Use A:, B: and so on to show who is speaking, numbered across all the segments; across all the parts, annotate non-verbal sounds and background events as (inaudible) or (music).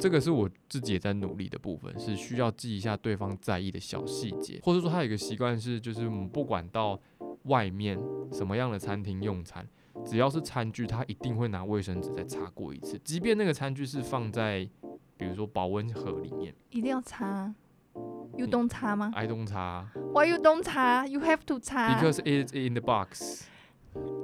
A: 这个是我自己也在努力的部分，是需要记一下对方在意的小细节，或者说他有一个习惯是，就是我们不管到外面什么样的餐厅用餐，只要是餐具，他一定会拿卫生纸再擦过一次，即便那个餐具是放在比如说保温盒里面
B: 一定要
A: 嗯
B: 擦。You don't 擦吗
A: ，I don't 擦
B: ？Why you don't 擦？You have to 擦。
A: ，because it's in the box。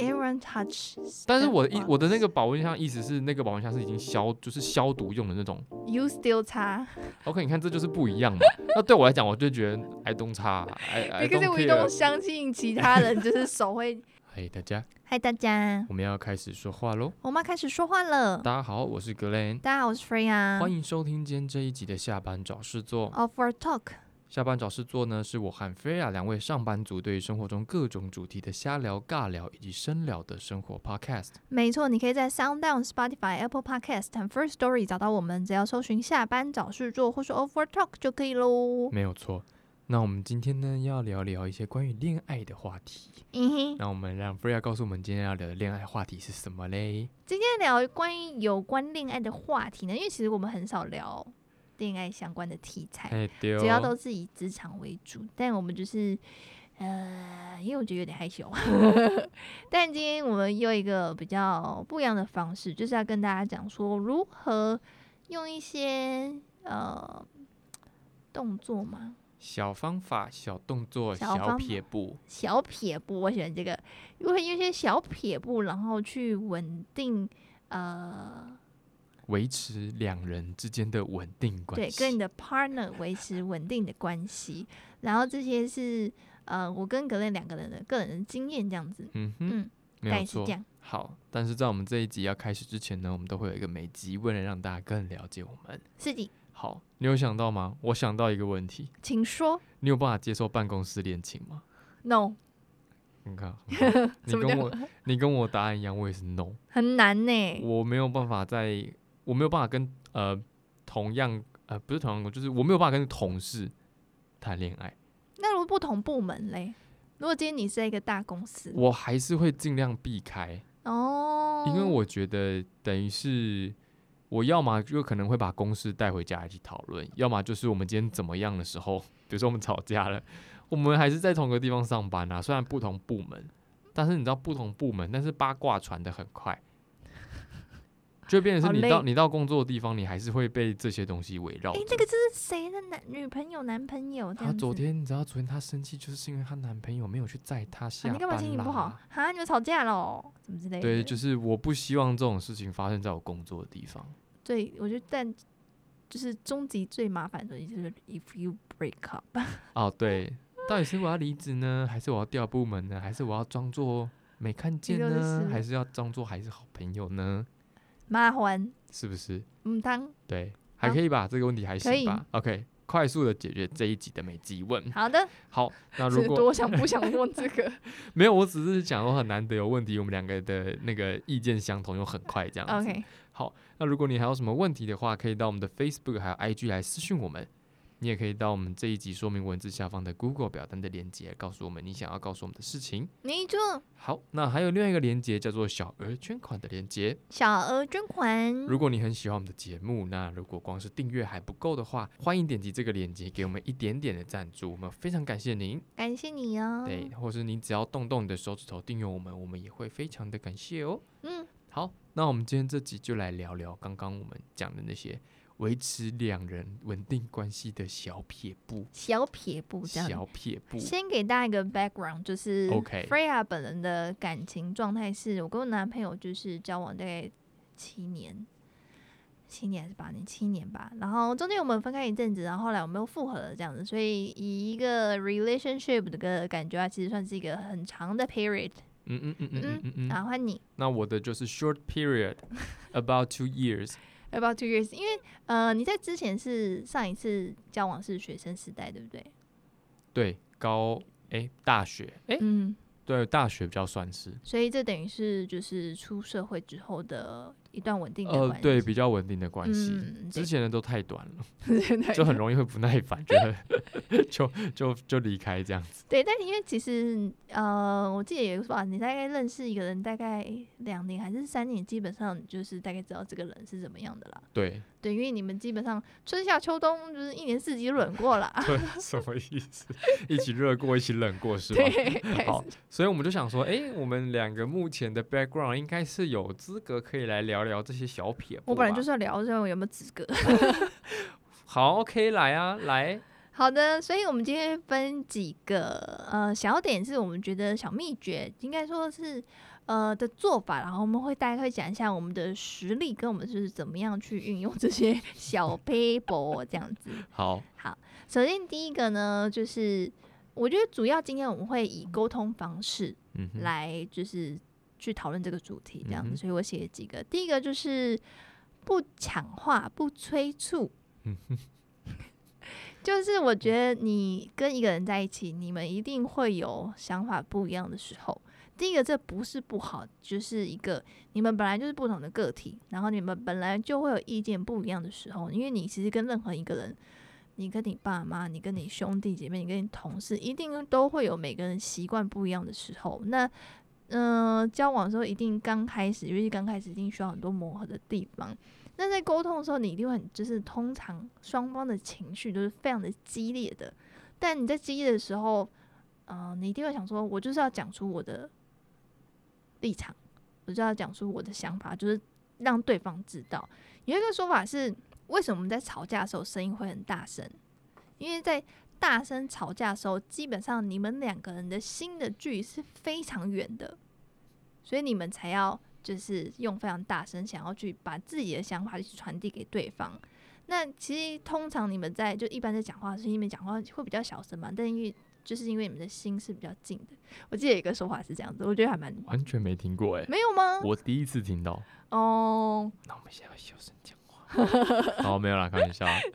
B: Aaron touch。
A: 但是我的意我的那个保温箱意思是那个保温箱是已经消就是消毒用的那种。
B: You still 擦
A: OK，你看这就是不一样嘛。那对我来讲，我就觉得 I don't 差，I I don't
B: ，because we don't
A: care。
B: 相信其他人，就是手会。
A: 嘿，大家，
B: 嗨，
A: (laughs)
B: 大家，
A: 我们要开始说话喽。
B: 我妈开始说话了。
A: 大家好，我是 Glen，
B: 大家好，我是 Freya。
A: 欢迎收听今天这一集的下班找事做。
B: Of our talk。
A: 下班找事做呢，是我和菲亚两位上班族对于生活中各种主题的瞎聊、尬聊以及深聊的生活 podcast。
B: 没错，你可以在 SoundOn、Spotify、Apple Podcast 和 First Story 找到我们，只要搜寻“下班找事做”或是 “Over Talk” 就可以喽。
A: 没有错。那我们今天呢，要聊聊一些关于恋爱的话题。
B: 嗯哼，
A: 那我们让菲亚告诉我们今天要聊的恋爱话题是什么嘞？
B: 今天聊关于有关恋爱的话题呢，因为其实我们很少聊恋爱相关的题材，
A: 哎，对哦
B: 主要都是以职场为主，但我们就是。呃，因为我觉得有点害羞， (laughs) 但今天我们用一个比较不一样的方式，就是要跟大家讲说如何用一些呃动作嘛，
A: 小方法、小动作、
B: 小方
A: 小
B: 法
A: 撇步，
B: 小撇步，我喜欢这个，如果有一些小撇步，然后去稳定呃，
A: 维持两人之间的稳定关
B: 对，
A: 系。
B: 跟你的 partner 维持稳定的关系。然后这些是呃，我跟格雷两个人的个人的经验这样子，
A: 嗯哼，
B: 嗯，
A: 没
B: 大
A: 有
B: 概是
A: 错
B: 这。样。
A: 好，但是在我们这一集要开始之前呢，我们都会有一个每集，为了让大家更了解我们。
B: 是的，
A: 好，你有想到吗？我想到一个问题，
B: 请说。
A: 你有办法接受办公室恋情吗？
B: No，
A: 你 (laughs) 看，很好你
B: 怎么
A: 跟
B: 讲
A: 我，你跟我答案一样，我也是 no，
B: 很难呢、
A: 我没有办法在，我没有办法跟呃同样呃不是同样，就是我没有办法跟同事谈恋爱。
B: 那如果不同部门嘞？如果今天你是在一个大公司，
A: 我还是会尽量避开，
B: 哦，
A: 因为我觉得等于是我要么就可能会把公式带回家一起讨论，要么就是我们今天怎么样的时候， (laughs) 比如说我们吵架了，我们还是在同个地方上班啊，虽然不同部门，但是你知道不同部门，但是八卦传的很快。就变成
B: 好
A: 是你
B: 累
A: 到你到工作的地方，你还是会被这些东西围绕
B: 哎、
A: 着。
B: 那个这是谁的男女朋友、男朋友这
A: 她
B: 样子？
A: 昨天你知道，昨天她生气就是因为她男朋友没有去载她下班、
B: 啊、
A: 啦。
B: 你干嘛心情不好？哈，你们吵架喽？什么之类的？
A: 对，就是我不希望这种事情发生在我工作的地方。
B: 对，我觉得但就是终极最麻烦的东西就是 if you break up，
A: 哦，对，到底是我要离职呢，还是我要调部门呢，还是我要装作没看见
B: 个
A: 呢，
B: 是
A: 还是要装作还是好朋友呢？
B: 麻烦，
A: 是不是？
B: 嗯，当
A: 对，还
B: 好
A: 可以吧，这个问题还
B: 可
A: 行吧。OK，快速的解决这一集的每集问。
B: 好的，
A: 好，嗯那
B: 是
A: 如果
B: 多想不想问
A: (laughs)
B: 这个
A: 没有，我只是讲我很难得有问题，我们两个的那个意见相同又很快这样子。
B: ？OK，
A: 那如果你还有什么问题的话，可以到我们的 Facebook 还有 IG 来私讯我们。你也可以到我们这一集说明文字下方的 Google 表单的链接，告诉我们你想要告诉我们的事情。
B: 没错，
A: 好，那还有另外一个链接叫做小额捐款的链接。
B: 小额捐款，
A: 如果你很喜欢我们的节目，那如果光是订阅还不够的话，欢迎点击这个链接给我们一点点的赞助，我们非常感谢您。
B: 感谢你哦。
A: 对，或是您只要动动你的手指头订阅我们，我们也会非常的感谢哦。
B: 嗯，
A: 好，那我们今天这集就来聊聊刚刚我们讲的那些维持两人稳定关系的小撇步。
B: 小撇步这样。
A: 小撇步，
B: 先给大家一个 background，就是
A: OK
B: Freya 本人的感情状态是，我跟我男朋友就是交往大概七年，七年还是八年，七年吧。然后中间我们分开一阵子，然后后来我们又复合了这样子，所以以一个 relationship 的个感觉啊，其实算是一个很长的 period。
A: 嗯嗯嗯嗯嗯嗯嗯。
B: 然后换你
A: 那我的就是 short (laughs) period，about two years。
B: about two years，因为呃你在之前是上一次交往是学生时代，对不对？
A: 对，高哎、大学哎、
B: 嗯，
A: 对，大学比较算是
B: 所以这等于是就是出社会之后的一段稳定的
A: 呃
B: 关系，，
A: 对，比较稳定的关系。
B: 嗯
A: 之前的都太短了，
B: (laughs) 对
A: 就很容易会不耐烦，觉得 (laughs) 就就就离开这样子。
B: 对，但因为其实呃，我记得有一个说法，你大概认识一个人大概两年还是三年，基本上你就是大概知道这个人是怎么样的啦。 (laughs)
A: 对，，
B: 对，因为你们基本上春夏秋冬就是一年四季轮过了
A: 对，什么意思？一起热过，一起冷过，是吗？
B: 对，开
A: 好
B: 始，
A: 所以我们就想说，诶，我们两个目前的 background 应该是有资格可以来聊聊这些小撇步吧。
B: 我本来就是要聊这种有没有资格。
A: 好，OK，来啊，来，
B: 好的，所以我们今天分几个呃小点，是我们觉得小秘诀，应该说是呃的做法，然后我们会大概会讲一下我们的实力跟我们就是怎么样去运用这些小 paper 这样子。
A: 好，
B: 首先第一个呢，就是我觉得主要今天我们会以沟通方式
A: 嗯哼，
B: 来就是去讨论这个主题这样
A: 嗯
B: 子，
A: 哼
B: 所以我写了几个，第一个就是不抢话，不催促。
A: 嗯
B: 就是我觉得你跟一个人在一起，你们一定会有想法不一样的时候。第一个，这不是不好，就是一个你们本来就是不同的个体，然后你们本来就会有意见不一样的时候，因为你其实跟任何一个人，你跟你爸妈，你跟你兄弟姐妹，你跟你同事，一定都会有每个人习惯不一样的时候。那嗯、呃交往的时候一定刚开始，尤其刚开始一定需要很多磨合的地方。那在沟通的时候，你一定会很就是通常双方的情绪都是非常的激烈的，但你在激烈的时候，呃，你一定会想说，我就是要讲出我的立场，我就要讲出我的想法，就是让对方知道。有一个说法是，为什么我们在吵架的时候声音会很大声？因为在大声吵架的时候，基本上你们两个人的心的距离是非常远的，所以你们才要就是用非常大声，想要去把自己的想法去传递给对方。那其实通常你们在就一般在讲话的时候，是因为讲话会比较小声嘛，但因为就是因为你们的心是比较近的。我记得有一个说法是这样子，我觉得还蛮
A: 完全没听过、诶，
B: 没有吗？
A: 我第一次听到。
B: 哦，
A: 那我们现在小声讲话。好，没有啦，开玩笑。啊
B: (laughs) 大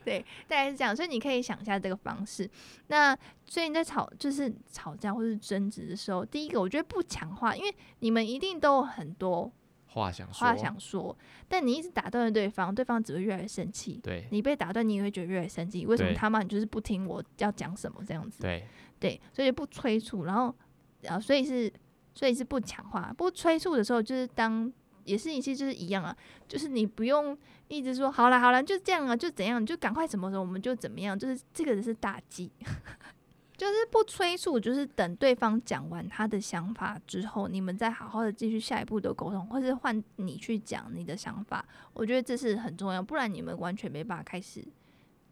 B: 概是这样，所以你可以想一下这个方式。那所以你在吵，就是吵架或是争执的时候，第一个我觉得不强化，因为你们一定都有很多
A: 话想说，
B: 话想说，但你一直打断了对方，对方只会越来越生气。
A: 对
B: 你被打断，你也会觉得越来越生气。为什么
A: 对
B: 他妈你就是不听我要讲什么这样子？
A: 对，
B: 对，所以不催促，然后啊，所以是所以是不强化，不催促的时候，就是当也是一些就是一样啊，就是你不用一直说好啦好啦，就这样啊，就怎样，你就赶快什么时候我们就怎么样，就是这个是大忌， (laughs) 就是不催促，就是等对方讲完他的想法之后，你们再好好的继续下一步的沟通，或是换你去讲你的想法，我觉得这是很重要，不然你们完全没办法开始。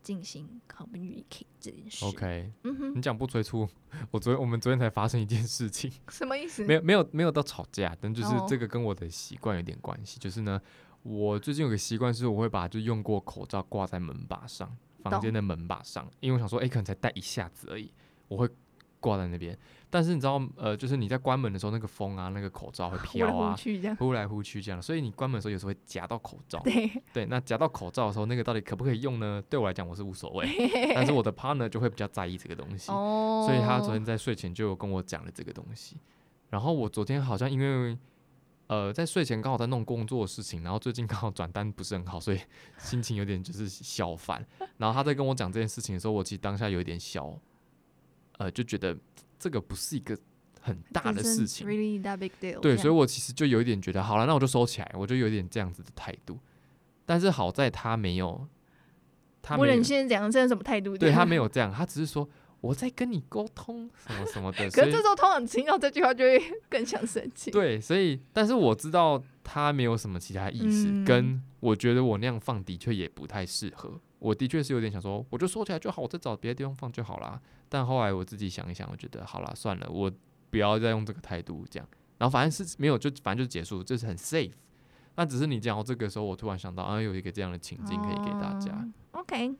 B: 进行 communicate 这件事
A: OK。
B: 嗯哼，
A: 你讲不催促，我昨天我们昨天才发生一件事情，
B: 什么意思？
A: 没有没有没有到吵架，但就是
B: 嗯哦
A: 这个跟我的习惯有点关系。就是呢，我最近有个习惯是，我会把就用过口罩挂在门把上，房
B: 懂
A: 间的门把上，因为我想说，诶，哎可能才戴一下子而已，我会挂在那边。但是你知道，呃，就是你在关门的时候，那个风啊，那个口罩会
B: 我
A: 飘
B: 来我
A: 啊，
B: 去这样。
A: 呼来呼去这样，所以你关门的时候有时候会夹到口罩。
B: 对，
A: 对，那夹到口罩的时候，那个到底可不可以用呢？对我来讲，我是无所谓，但是我的 partner 就会比较在意这个东西，
B: 哦
A: 所以他昨天在睡前就有跟我讲了这个东西。然后我昨天好像因为呃在睡前刚好在弄工作的事情，然后最近刚好转单不是很好，所以心情有点就是小烦。然后他在跟我讲这件事情的时候，我其实当下有一点小，呃，就觉得这个不是一个很大的事情，
B: ，really that big deal。
A: 对，所以我其实就有一点觉得，好了，那我就收起来，我就有点这样子的态度。但是好在他没有，他
B: 我
A: 没有
B: 忍，先讲这是什么态度？
A: 对他
B: (laughs)
A: 没
B: 有。
A: 有这样，他只是说我在跟你沟通什么什么的，
B: (laughs) 可
A: 所
B: 是
A: 以
B: 这时候通常听到这句话就会 (laughs) 更想生气。
A: 对，所以但是我知道他没有什么其他意思，
B: 嗯
A: 跟我觉得我那样放的确也不太适合。我的确是有点想说，我就收起来就好，我再找别的地方放就好啦。但后来我自己想一想，我觉得好啦，算了，我不要再用这个态度这样。然后反正是没有，就反正就结束，这是很 safe。那只是你讲到这个时候，我突然想到啊，有一个这样的情境可以给大家。
B: 哦 OK，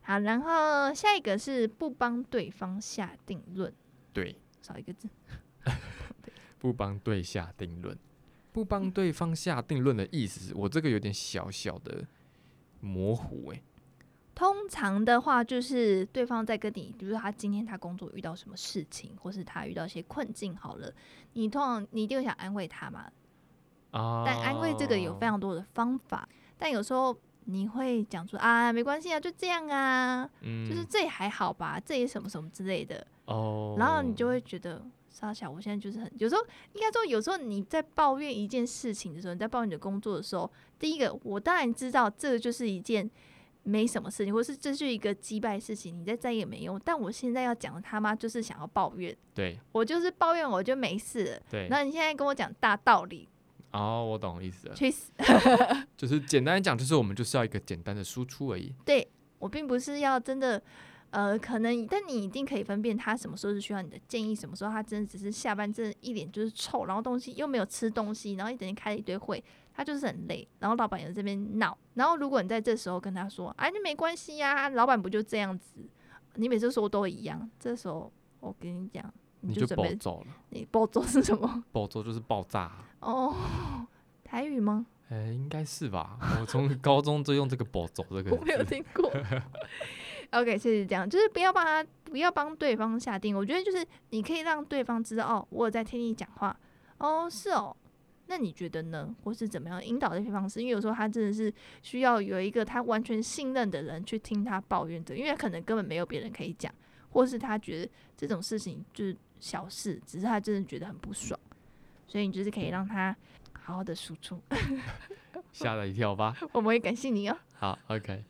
B: 好，然后下一个是不帮对方下定论，
A: 对，
B: 少一个字。
A: 不帮对下定论，不帮对方下定论的意思是，我这个有点小小的模糊欸诶、
B: 通常的话，就是对方在跟你，比如说他今天他工作遇到什么事情，或是他遇到一些困境，好了，你通常你一定会想安慰他嘛，
A: 啊。
B: 但安慰这个有非
A: 哦
B: 常多的方法，但有时候你会讲出啊，没关系啊，就这样啊，
A: 嗯，
B: 就是这也还好吧，这也什么什么之类的，
A: 哦，
B: 然后你就会觉得。傻小，我现在就是很有时候，应该说有时候你在抱怨一件事情的时候，你在抱怨你的工作的时候，第一个我当然知道这就是一件没什么事情，或是这是一个击败事情，你再在意也没用。但我现在要讲的他妈就是想要抱怨，
A: 对
B: 我就是抱怨我就没事了。
A: 对，
B: 那你现在跟我讲大道理，
A: 哦，我懂意思了，
B: 去死！
A: 就是简单讲，就是我们就是要一个简单的输出而已。
B: 对我并不是要真的，呃，可能，但你一定可以分辨他什么时候是需要你的建议，什么时候他真的只是下班真的一脸就是臭，然后东西又没有吃东西，然后一整天开了一堆会，他就是很累，然后老板也在这边闹，然后如果你在这时候跟他说，哎，那没关系呀、老板不就这样子，你每次说都一样，这时候我跟你讲，
A: 你
B: 就
A: 就
B: 准
A: 暴
B: 备
A: 走了，
B: 你暴走是什么？ (laughs)
A: 暴走就是爆炸啊，
B: 哦，台语吗？
A: 呃、应该是吧？我从高中就用这个“暴走”这个
B: (laughs) 我没有
A: 字，
B: 听过。OK，所以是这样，就是不要帮他，不要帮对方下定。我觉得就是你可以让对方知道，哦，我有在听你讲话，哦，是哦，那你觉得呢？或是怎么样引导这些方式？因为有时候他真的是需要有一个他完全信任的人去听他抱怨的，因为他可能根本没有别人可以讲，或是他觉得这种事情就是小事，只是他真的觉得很不爽，所以你就是可以让他好好的输出。 (laughs)
A: 吓了一跳吧？
B: 我们会感谢你哦。
A: 好，OK，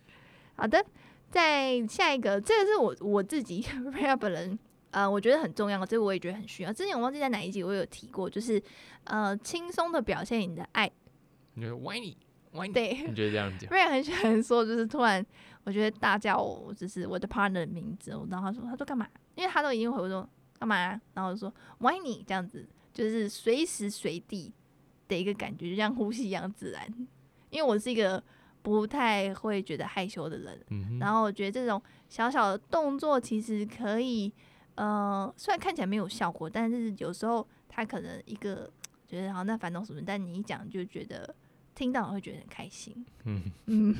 B: 好的，再下一个，这个是我我自己 (laughs) Rhea 本人，呃，我觉得很重要，这个我也觉得很需要。之前我忘记在哪一集我有提过，就是呃，轻松的表现你的爱。
A: 你就歪你歪你，
B: 对
A: 你就这样
B: (laughs)
A: 讲，
B: ，Rhea 很喜欢说，就是突然我觉得大叫我，就是我的 partner 的名字，然后他说他说干嘛？因为他都已经回我说干嘛、然后我就说我爱你这样子，就是随时随地的一个感觉，就像呼吸一样自然。因为我是一个不太会觉得害羞的人。
A: 嗯哼，
B: 然后我觉得这种小小的动作其实可以，呃，虽然看起来没有效果，但是有时候他可能一个觉得好像在烦恼什么，但你一讲就觉得听到会觉得很开心，
A: 嗯， (laughs)
B: 嗯，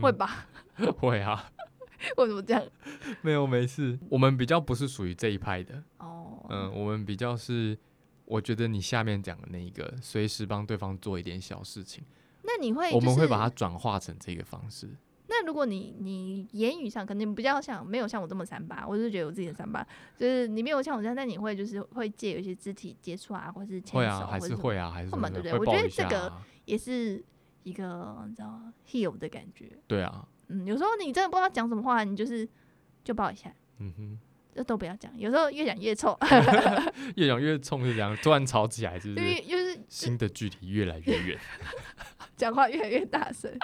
B: 会吧？ (laughs)
A: 会啊， (laughs)
B: 为什么这样？
A: 没有没事，我们比较不是属于这一派的，
B: 哦，
A: 嗯，我们比较是，我觉得你下面讲的那一个，随时帮对方做一点小事情，
B: 那你会、
A: 我们会把它。转化成这个方式。
B: 那如果你你言语上肯定比较像没有像我这么三八，我就是觉得我自己很三八，就是你没有像我这样，但你会就是会借有一些肢体接触啊，或是牵手，
A: 会啊，还
B: 或
A: 是
B: 什么
A: 会啊，还是
B: 会嘛
A: 什
B: 对
A: 么会
B: 不对我
A: 抱
B: 觉得
A: 一
B: 这
A: 下
B: 个
A: 啊
B: 也是一个你知道 heal 的感觉。
A: 对啊，
B: 嗯，有时候你真的不知道讲什么话，你就是就抱一下，
A: 嗯哼。
B: 就都不要讲。有时候越讲越臭，
A: 越讲越冲是这样，突然吵起来，是不
B: 因
A: 是？
B: 为就是
A: 心的距离越来越远。
B: 讲话越来越大声。 (laughs)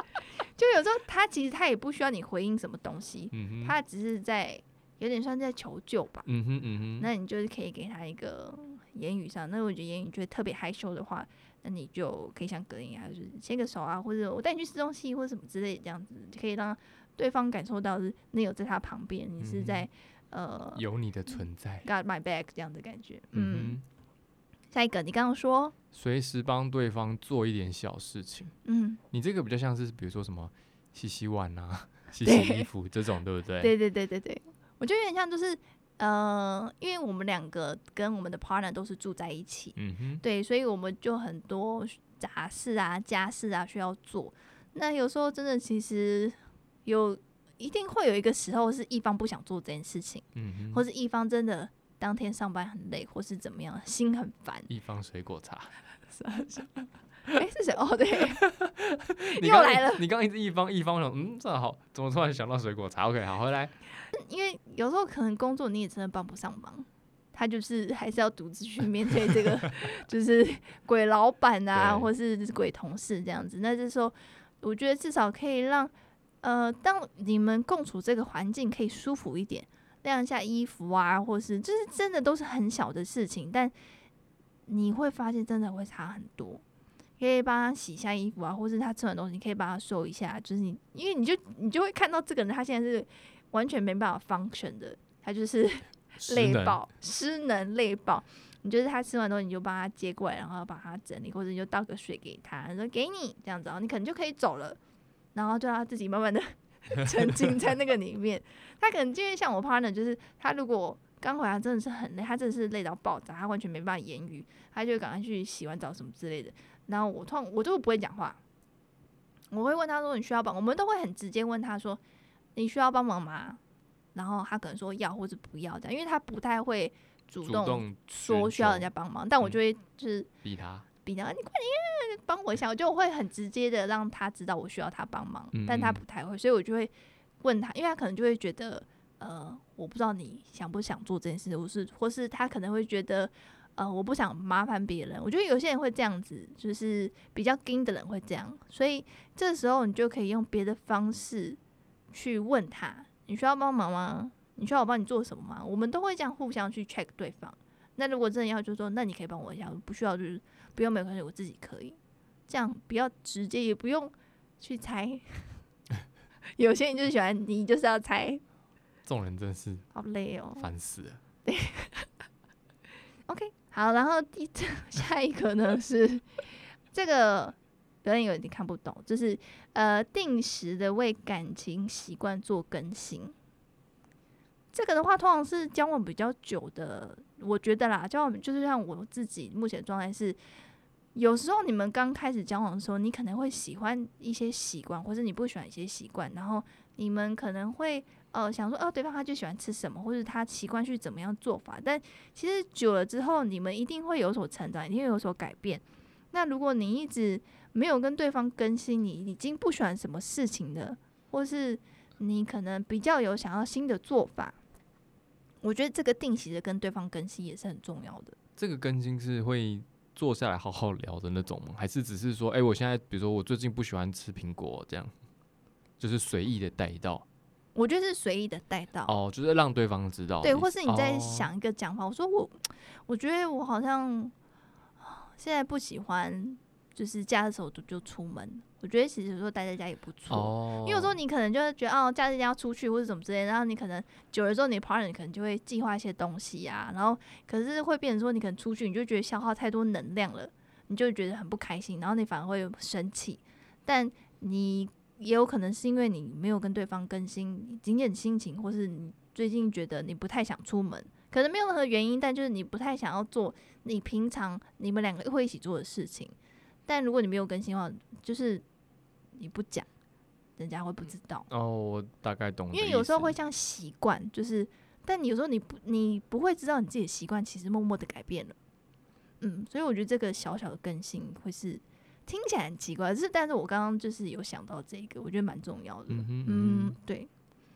B: 就有时候他其实他也不需要你回应什么东西，
A: 嗯哼，
B: 他只是在有点算在求救吧。
A: 嗯哼，嗯哼，
B: 那你就是可以给他一个言语上，那我觉得言语觉得特别害羞的话，那你就可以像隔音啊，就是牵个手啊，或者我带你去吃东西或者什么之类，这样子就可以让对方感受到是你有在他旁边，你是
A: 嗯
B: 在、呃
A: 有你的存在。
B: got my back 这样的感觉。嗯，
A: 嗯
B: 下一个你刚刚说，
A: 哼，随时帮对方做一点小事情。
B: 嗯，
A: 你这个比较像是，比如说什么洗洗碗啊、洗洗
B: 对
A: 衣服这种，对不对？
B: 对对对对对，我觉得有点像就是呃，因为我们两个跟我们的 partner 都是住在一起，
A: 嗯哼，
B: 对，所以我们就很多杂事啊、家事啊需要做。那有时候真的其实有一定会有一个时候是一方不想做这件事情，
A: 嗯
B: 或
A: 哼，
B: 是一方真的当天上班很累，或是怎么样，心很烦。
A: 一方水果
B: (laughs)
A: 茶。
B: 哎、是谁？哦，对，
A: 你
B: 又
A: 刚
B: 来了
A: 你刚一直一方一方我想，嗯，这好，怎么突然想到水果茶？OK，好，回来。
B: 因为有时候可能工作你也真的帮不上忙，他就是还是要独自去面对这个，就是鬼老板啊，
A: 对
B: 或是鬼同事这样子。那这时候，我觉得至少可以让呃，当你们共处这个环境可以舒服一点，晾一下衣服啊，或是就是真的都是很小的事情，但你会发现真的会差很多。可以帮他洗一下衣服啊，或是他吃完东西，你可以帮他收一下。就是你，因为你就你就会看到这个人，他现在是完全没办法 function 的，他就是
A: 失
B: 累
A: 能
B: 爆、失能、累爆。你就是他吃完东西，你就帮他接过来，然后把它整理，或者你就倒个水给他，你说给你这样子，然后你可能就可以走了，然后就让他自己 (laughs) 慢慢的沉浸在那个里面。他可能就会像我 partner，就是他如果刚回来真的是很累，他真的是累到爆炸，他完全没办法言语，他就赶快去洗完澡什么之类的。然后我突然我就不会讲话，我会问他说你需要帮，我们都会很直接问他说你需要帮忙吗？然后他可能说要或者不要这样，因为他不太会主
A: 主
B: 动
A: 动寻
B: 说需要
A: 求
B: 人家帮忙，但我
A: 嗯
B: 就会就是
A: 逼他，
B: 比较你快点帮我一下，我就会很直接的让他知道我需要他帮忙，但他
A: 嗯嗯
B: 不太会，所以我就会问他，因为他可能就会觉得，呃，我不知道你想不想做这件事，或是或是他可能会觉得，呃，我不想麻烦别人。我觉得有些人会这样子，就是比较硬的人会这样，所以这时候你就可以用别的方式去问他，你需要帮忙吗？你需要我帮你做什么吗？我们都会这样互相去 check 对方。那如果真的要，就说那你可以帮我一下，不需要就是不用没关系，我自己可以。这样比较直接，也不用去猜。 (laughs) 有些人就是喜欢你就是要猜，
A: 这种人真的是
B: 好累哦。
A: 烦死了。
B: OK，好，然后第 (laughs) 下一个呢是这个表演有点看不懂，就是呃定时的为感情习惯做更新。这个的话，通常是交往比较久的，我觉得啦，交往就是像我自己目前的状态是，有时候你们刚开始交往的时候，你可能会喜欢一些习惯，或者你不喜欢一些习惯，然后你们可能会呃想说，哦、对方他就喜欢吃什么，或者他习惯去怎么样做法，但其实久了之后，你们一定会有所成长，一定会有所改变。那如果你一直没有跟对方更新你已经不喜欢什么事情了，或是你可能比较有想要新的做法，我觉得这个定期的跟对方更新也是很重要的。
A: 这个更新是会坐下来好好聊的那种吗？还是只是说，哎、我现在比如说我最近不喜欢吃苹果，这样就是随意的带到
B: 我觉得是随意的带到，
A: 哦，就是让对方知道的意
B: 对，
A: 思。
B: 或是你在
A: 哦
B: 想一个讲法，我说我，我觉得我好像现在不喜欢，就是假日的时候就就出门。我觉得其实说待在家也不错，
A: 哦，
B: 因为有时候你可能就会觉得哦，假日一定要出去或者怎么之类，然后你可能久了之后，你的 partner 可能就会计划一些东西啊，然后可是会变成说，你可能出去你就觉得消耗太多能量了，你就会觉得很不开心，然后你反而会生气。但你也有可能是因为你没有跟对方更新你今天的心情，或是你最近觉得你不太想出门，可能没有任何原因，但就是你不太想要做你平常你们两个会一起做的事情。但如果你没有更新的话，就是你不讲，人家会不知道。
A: 哦，我大概懂你的意
B: 因
A: 思，
B: 为有时候会像习惯，就是，但你有时候你不你不会知道你自己的习惯其实默默的改变了，嗯，所以我觉得这个小小的更新会是听起来很奇怪，是但是我刚刚就是有想到这个，我觉得蛮重要的，
A: 嗯哼嗯
B: 嗯，对，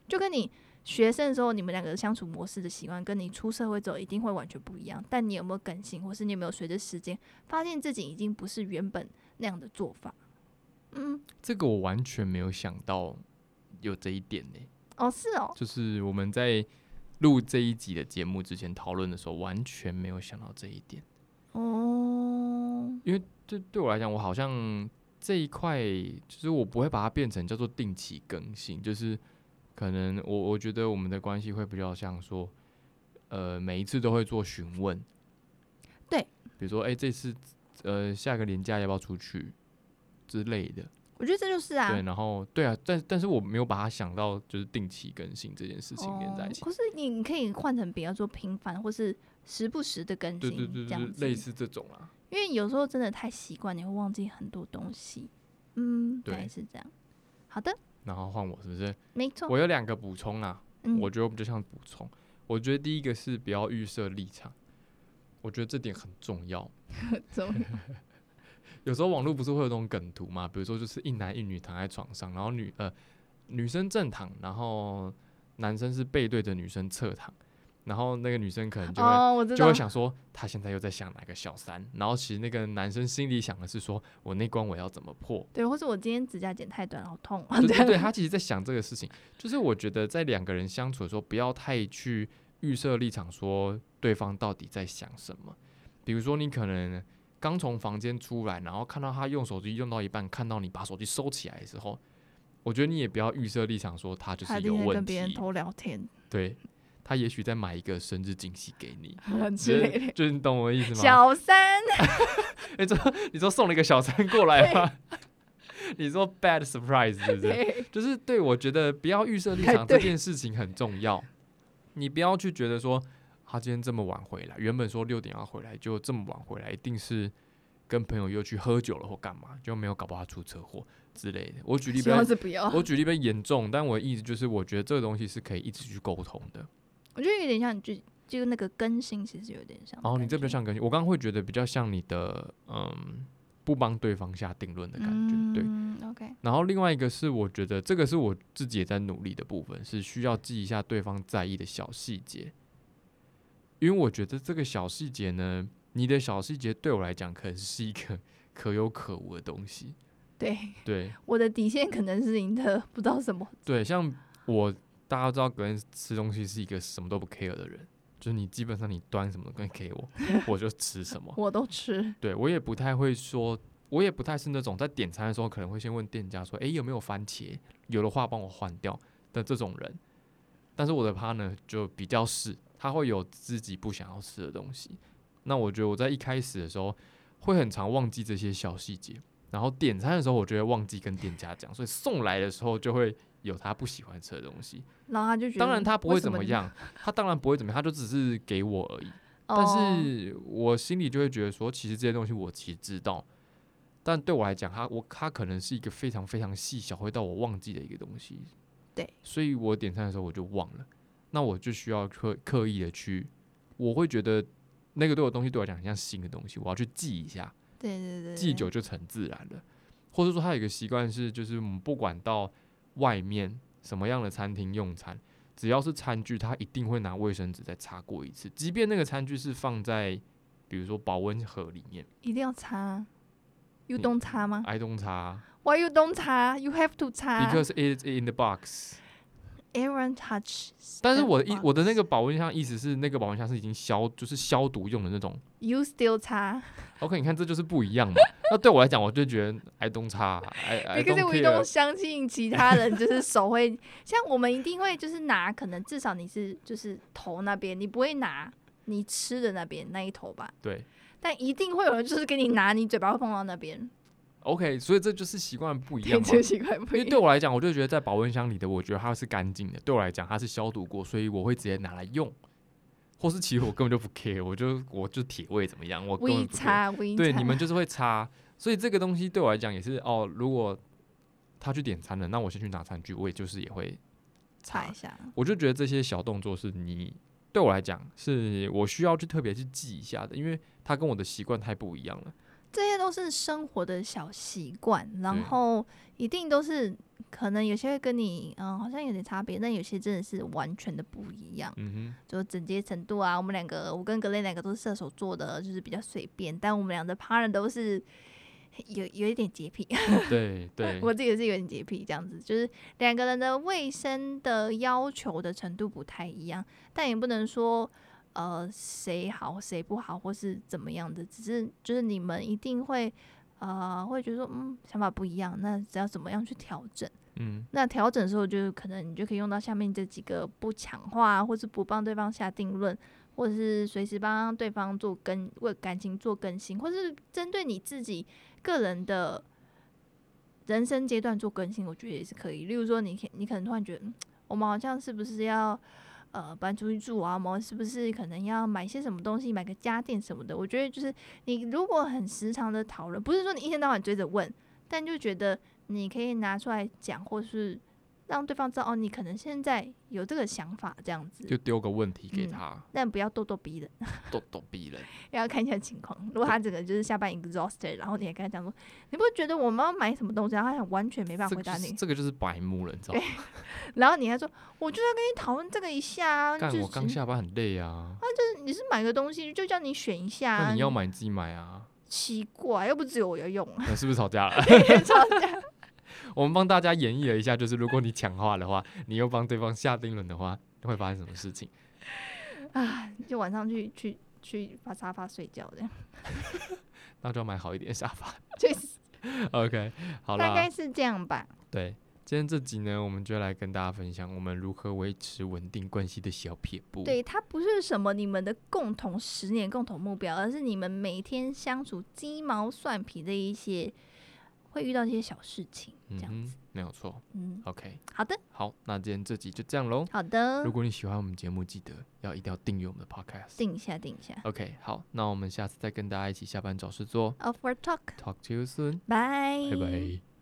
B: 就跟你学生的时候你们两个相处模式的习惯，跟你出社会之后一定会完全不一样，但你有没有更新，或是你有没有随着时间发现自己已经不是原本那样的做法，嗯，
A: 这个我完全没有想到有这一点呢、
B: 哦，是哦，
A: 就是我们在录这一集的节目之前讨论的时候，完全没有想到这一点。
B: 哦。
A: 对对我来讲，我好像这一块，就是我不会把它变成叫做定期更新，就是可能我我觉得我们的关系会比较像说，呃，每一次都会做询问，
B: 对，
A: 比如说哎、这次呃下个年假要不要出去之类的，
B: 我觉得这就是啊，
A: 对，然后对啊，但但是我没有把它想到就是定期更新这件事情连在一起，
B: 哦、可是你你可以换成比较说频繁或是时不时的更
A: 对
B: 新，
A: 对对对
B: 这样，子
A: 类似这种啊啦，
B: 因为有时候真的太习惯，你会忘记很多东西。嗯，
A: 对
B: 大概是这样。好的，
A: 然后换我是不是？
B: 没错。
A: 我有两个补充啦，
B: 嗯
A: 我觉得我比较想补充，我觉得第一个是不要预设立场，我觉得这点很重要。
B: 怎
A: (laughs)
B: 么样
A: 有时候网络不是会有那种梗图嘛，比如说就是一男一女躺在床上，然后女呃女生正躺，然后男生是背对着女生侧躺，然后那个女生可能就会、
B: 哦，我知
A: 就
B: 道
A: 会。想说他现在又在想哪个小三，然后其实那个男生心里想的是说我那关我要怎么破，
B: 对，或是我今天指甲剪太短，好痛 (laughs) 啊！
A: 对对对，他其实在想这个事情，就是我觉得在两个人相处的时候，不要太去预设立场，说对方到底在想什么。比如说，你可能刚从房间出来，然后看到他用手机用到一半，看到你把手机收起来的时候，我觉得你也不要预设立场，说他就
B: 他
A: 是
B: 今
A: 有
B: 天
A: 问
B: 跟别人
A: 题，
B: 偷聊天 (laughs)
A: 对他也许在买一个生日惊喜给你，就
B: (laughs) 之类
A: 是
B: 的。
A: 就是你懂我的意思吗？
B: 小三，
A: 你说你说送了一个小三过来吗？ (laughs) 你说 bad surprise 是不是？
B: 对
A: 就是对我觉得不要预设立
B: 哎
A: 场
B: 对
A: 这件事情很重要，你不要去觉得说他今天这么晚回来，原本说六点要回来，就这么晚回来，一定是跟朋友又去喝酒了或干嘛，就没有搞不好他出车祸之类的。我举例比
B: 希
A: 较
B: 望，是不要。
A: 我举例比较严重，但我的意思就是，我觉得这个东西是可以一直去沟通的。
B: 我觉得有点像，就就那个更新，其实有点像。
A: 哦然后你这比较，像跟我刚刚会觉得比较像你的嗯，不帮对方下定论的感觉，对。
B: 嗯，OK，
A: 然后另外一个是，我觉得这个是我自己也在努力的部分，是需要记一下对方在意的小细节，因为我觉得这个小细节呢，你的小细节对我来讲可能是一个 (laughs) 可有可无的东西。
B: 对，
A: 对
B: 我的底线可能是赢的，不知道什么。
A: 对，像我大家都知道，格人吃东西是一个什么都不 care 的人，就是你基本上你端什么东西给我， (laughs) 我就吃什么。
B: 我都吃， (laughs)
A: 对我也不太会说，我也不太是那种在点餐的时候可能会先问店家说，诶，有没有番茄？有的话帮我换掉的这种人。但是我的 partner 就比较是，他会有自己不想要吃的东西。那我觉得我在一开始的时候会很常忘记这些小细节，然后点餐的时候我就会忘记跟店家讲，所以送来的时候就会有他不喜欢吃的东西。
B: 然后他就觉得，
A: 当然他不会怎
B: 嗯么
A: 么
B: 你，
A: 样，他当然不会怎么样，他就只是给我而已。
B: 哦
A: 但是我心里就会觉得说，其实这些东西我其实知道，但对我来讲，它我它可能是一个非常非常细小，会到我忘记的一个东西。
B: 对，
A: 所以我点餐的时候我就忘了，那我就需要刻刻意的去，我会觉得那个对我东西对我来讲很像新的东西，我要去记一下，
B: 对对对，
A: 记久就成自然了。或者说，他有一个习惯是，就是我们不管到外面什么样的餐厅用餐，只要是餐具，他一定会拿卫生纸再擦过一次，即便那个餐具是放在比如说保温盒里面
B: 一定要擦。You 啊
A: 你
B: don't 擦吗
A: ，I don't 擦
B: ？Why you don't 擦？You have to 擦。
A: ，because it's in the box。
B: Aaron touches.
A: 但是
B: the
A: 我的意
B: box
A: 我的那个保温箱意思是那个保温箱是已经消就是消毒用的那种。
B: You still 擦
A: OK，你看这就是不一样嘛。那对我来讲，我就觉得 I don't 擦，I
B: (laughs)
A: I
B: ，because
A: don't
B: we don't
A: care。
B: 相信其他人，就是手会 (laughs) 像我们一定会就是拿，可能至少你是就是头那边，你不会拿你吃的那边那一头吧，
A: 对
B: 但一定会有人就是给你拿，你嘴巴会碰到那边，
A: ，OK，所以这就是习惯不一
B: 对，
A: 样嘛
B: 这。习惯不
A: 因为
B: 一
A: 对
B: 样。
A: 我来讲，我就觉得在保温箱里的，我觉得它是干净的。对我来讲，它是消毒过，所以我会直接拿来用。或是其实我根本就不 care，我就我就铁胃怎么样，我根本
B: We
A: 不 care。
B: 擦，We
A: 对，
B: 擦
A: 你们就是会擦，所以这个东西对我来讲也是哦。如果他去点餐了，那我先去拿餐具，我也就是也会
B: 擦
A: 擦
B: 一。下，
A: 我就觉得这些小动作是你对我来讲是我需要去特别去记一下的，因为它跟我的习惯太不一样了。
B: 这些都是生活的小习惯，
A: 对
B: 然后一定都是可能有些会跟你嗯好像有点差别，但有些真的是完全的不一样。
A: 嗯
B: 就整洁程度啊，我们两个，我跟格雷两个都是射手座的，就是比较随便，但我们俩的 partner 都是有有一点洁癖，，
A: 哼，对对
B: (laughs) 我自己也是有点洁癖，这样子，就是两个人的卫生的要求的程度不太一样，但也不能说呃谁好谁不好或是怎么样的，只是就是你们一定会呃会觉得说嗯想法不一样，那只要怎么样去调整。
A: 嗯。
B: 那调整的时候，就是可能你就可以用到下面这几个不强化，或是不帮对方下定论，或者是随时帮对方做更为感情做更新，或是针对你自己个人的人生阶段做更新，我觉得也是可以。例如说你，可你可能突然觉得，嗯我们好像是不是要呃搬出去住啊？我们是不是可能要买些什么东西，买个家电什么的？我觉得就是你如果很时常的讨论，不是说你一天到晚追着问，但就觉得你可以拿出来讲，或是让对方知道哦，你可能现在有这个想法这样子，
A: 就丢个问题给
B: 嗯
A: 他，
B: 但不要咄咄逼人，
A: 咄咄逼人。
B: 要看一下情况。如果他整个就是下班 exhausted，然后你也跟他讲说，你不觉得我们要买什么东西啊，然后他想完全没办
A: 这
B: 法回
A: 个就
B: 答
A: 是
B: 你，
A: 这个就是白目了，你知道吗？
B: 然后你还说，我就是要跟你讨论这个一下啊，
A: 干
B: 就
A: 我刚
B: 是
A: 下班很累啊，
B: 你是买个东西就叫你选一下、
A: 那
B: 啊，
A: 你要买你自己买啊，
B: 奇怪，又不只有我要用 (laughs) 啊，
A: 那是不是吵架了？
B: 吵架
A: 我们帮大家演绎了一下，就是如果你抢话的话，你又帮对方下定论的话，会发生什么事情？
B: 啊，就晚上去去去把沙发睡觉这样，
A: 那就要买好一点的沙发。
B: 确实
A: OK，好
B: 大概
A: 啦，
B: 是这样吧。
A: 对，今天这集呢，我们就来跟大家分享我们如何维持稳定关系的小撇步。
B: 对，它不是什么你们的共同十年共同目标，而是你们每天相处鸡毛蒜皮的一些会遇到一些小事情，这
A: 嗯
B: 样
A: 哼
B: 子。，
A: 没有错。
B: 嗯，
A: OK，
B: 好的，
A: 好，那今天这集就这样喽。
B: 好的
A: 如，果你喜欢我们节目，记得要一定要订阅我们的 Podcast。
B: 定一下，定一下。
A: OK，好，那我们下次再跟大家一起下班找事做。
B: Off work talk，
A: Talk to you soon，
B: 拜
A: 拜拜。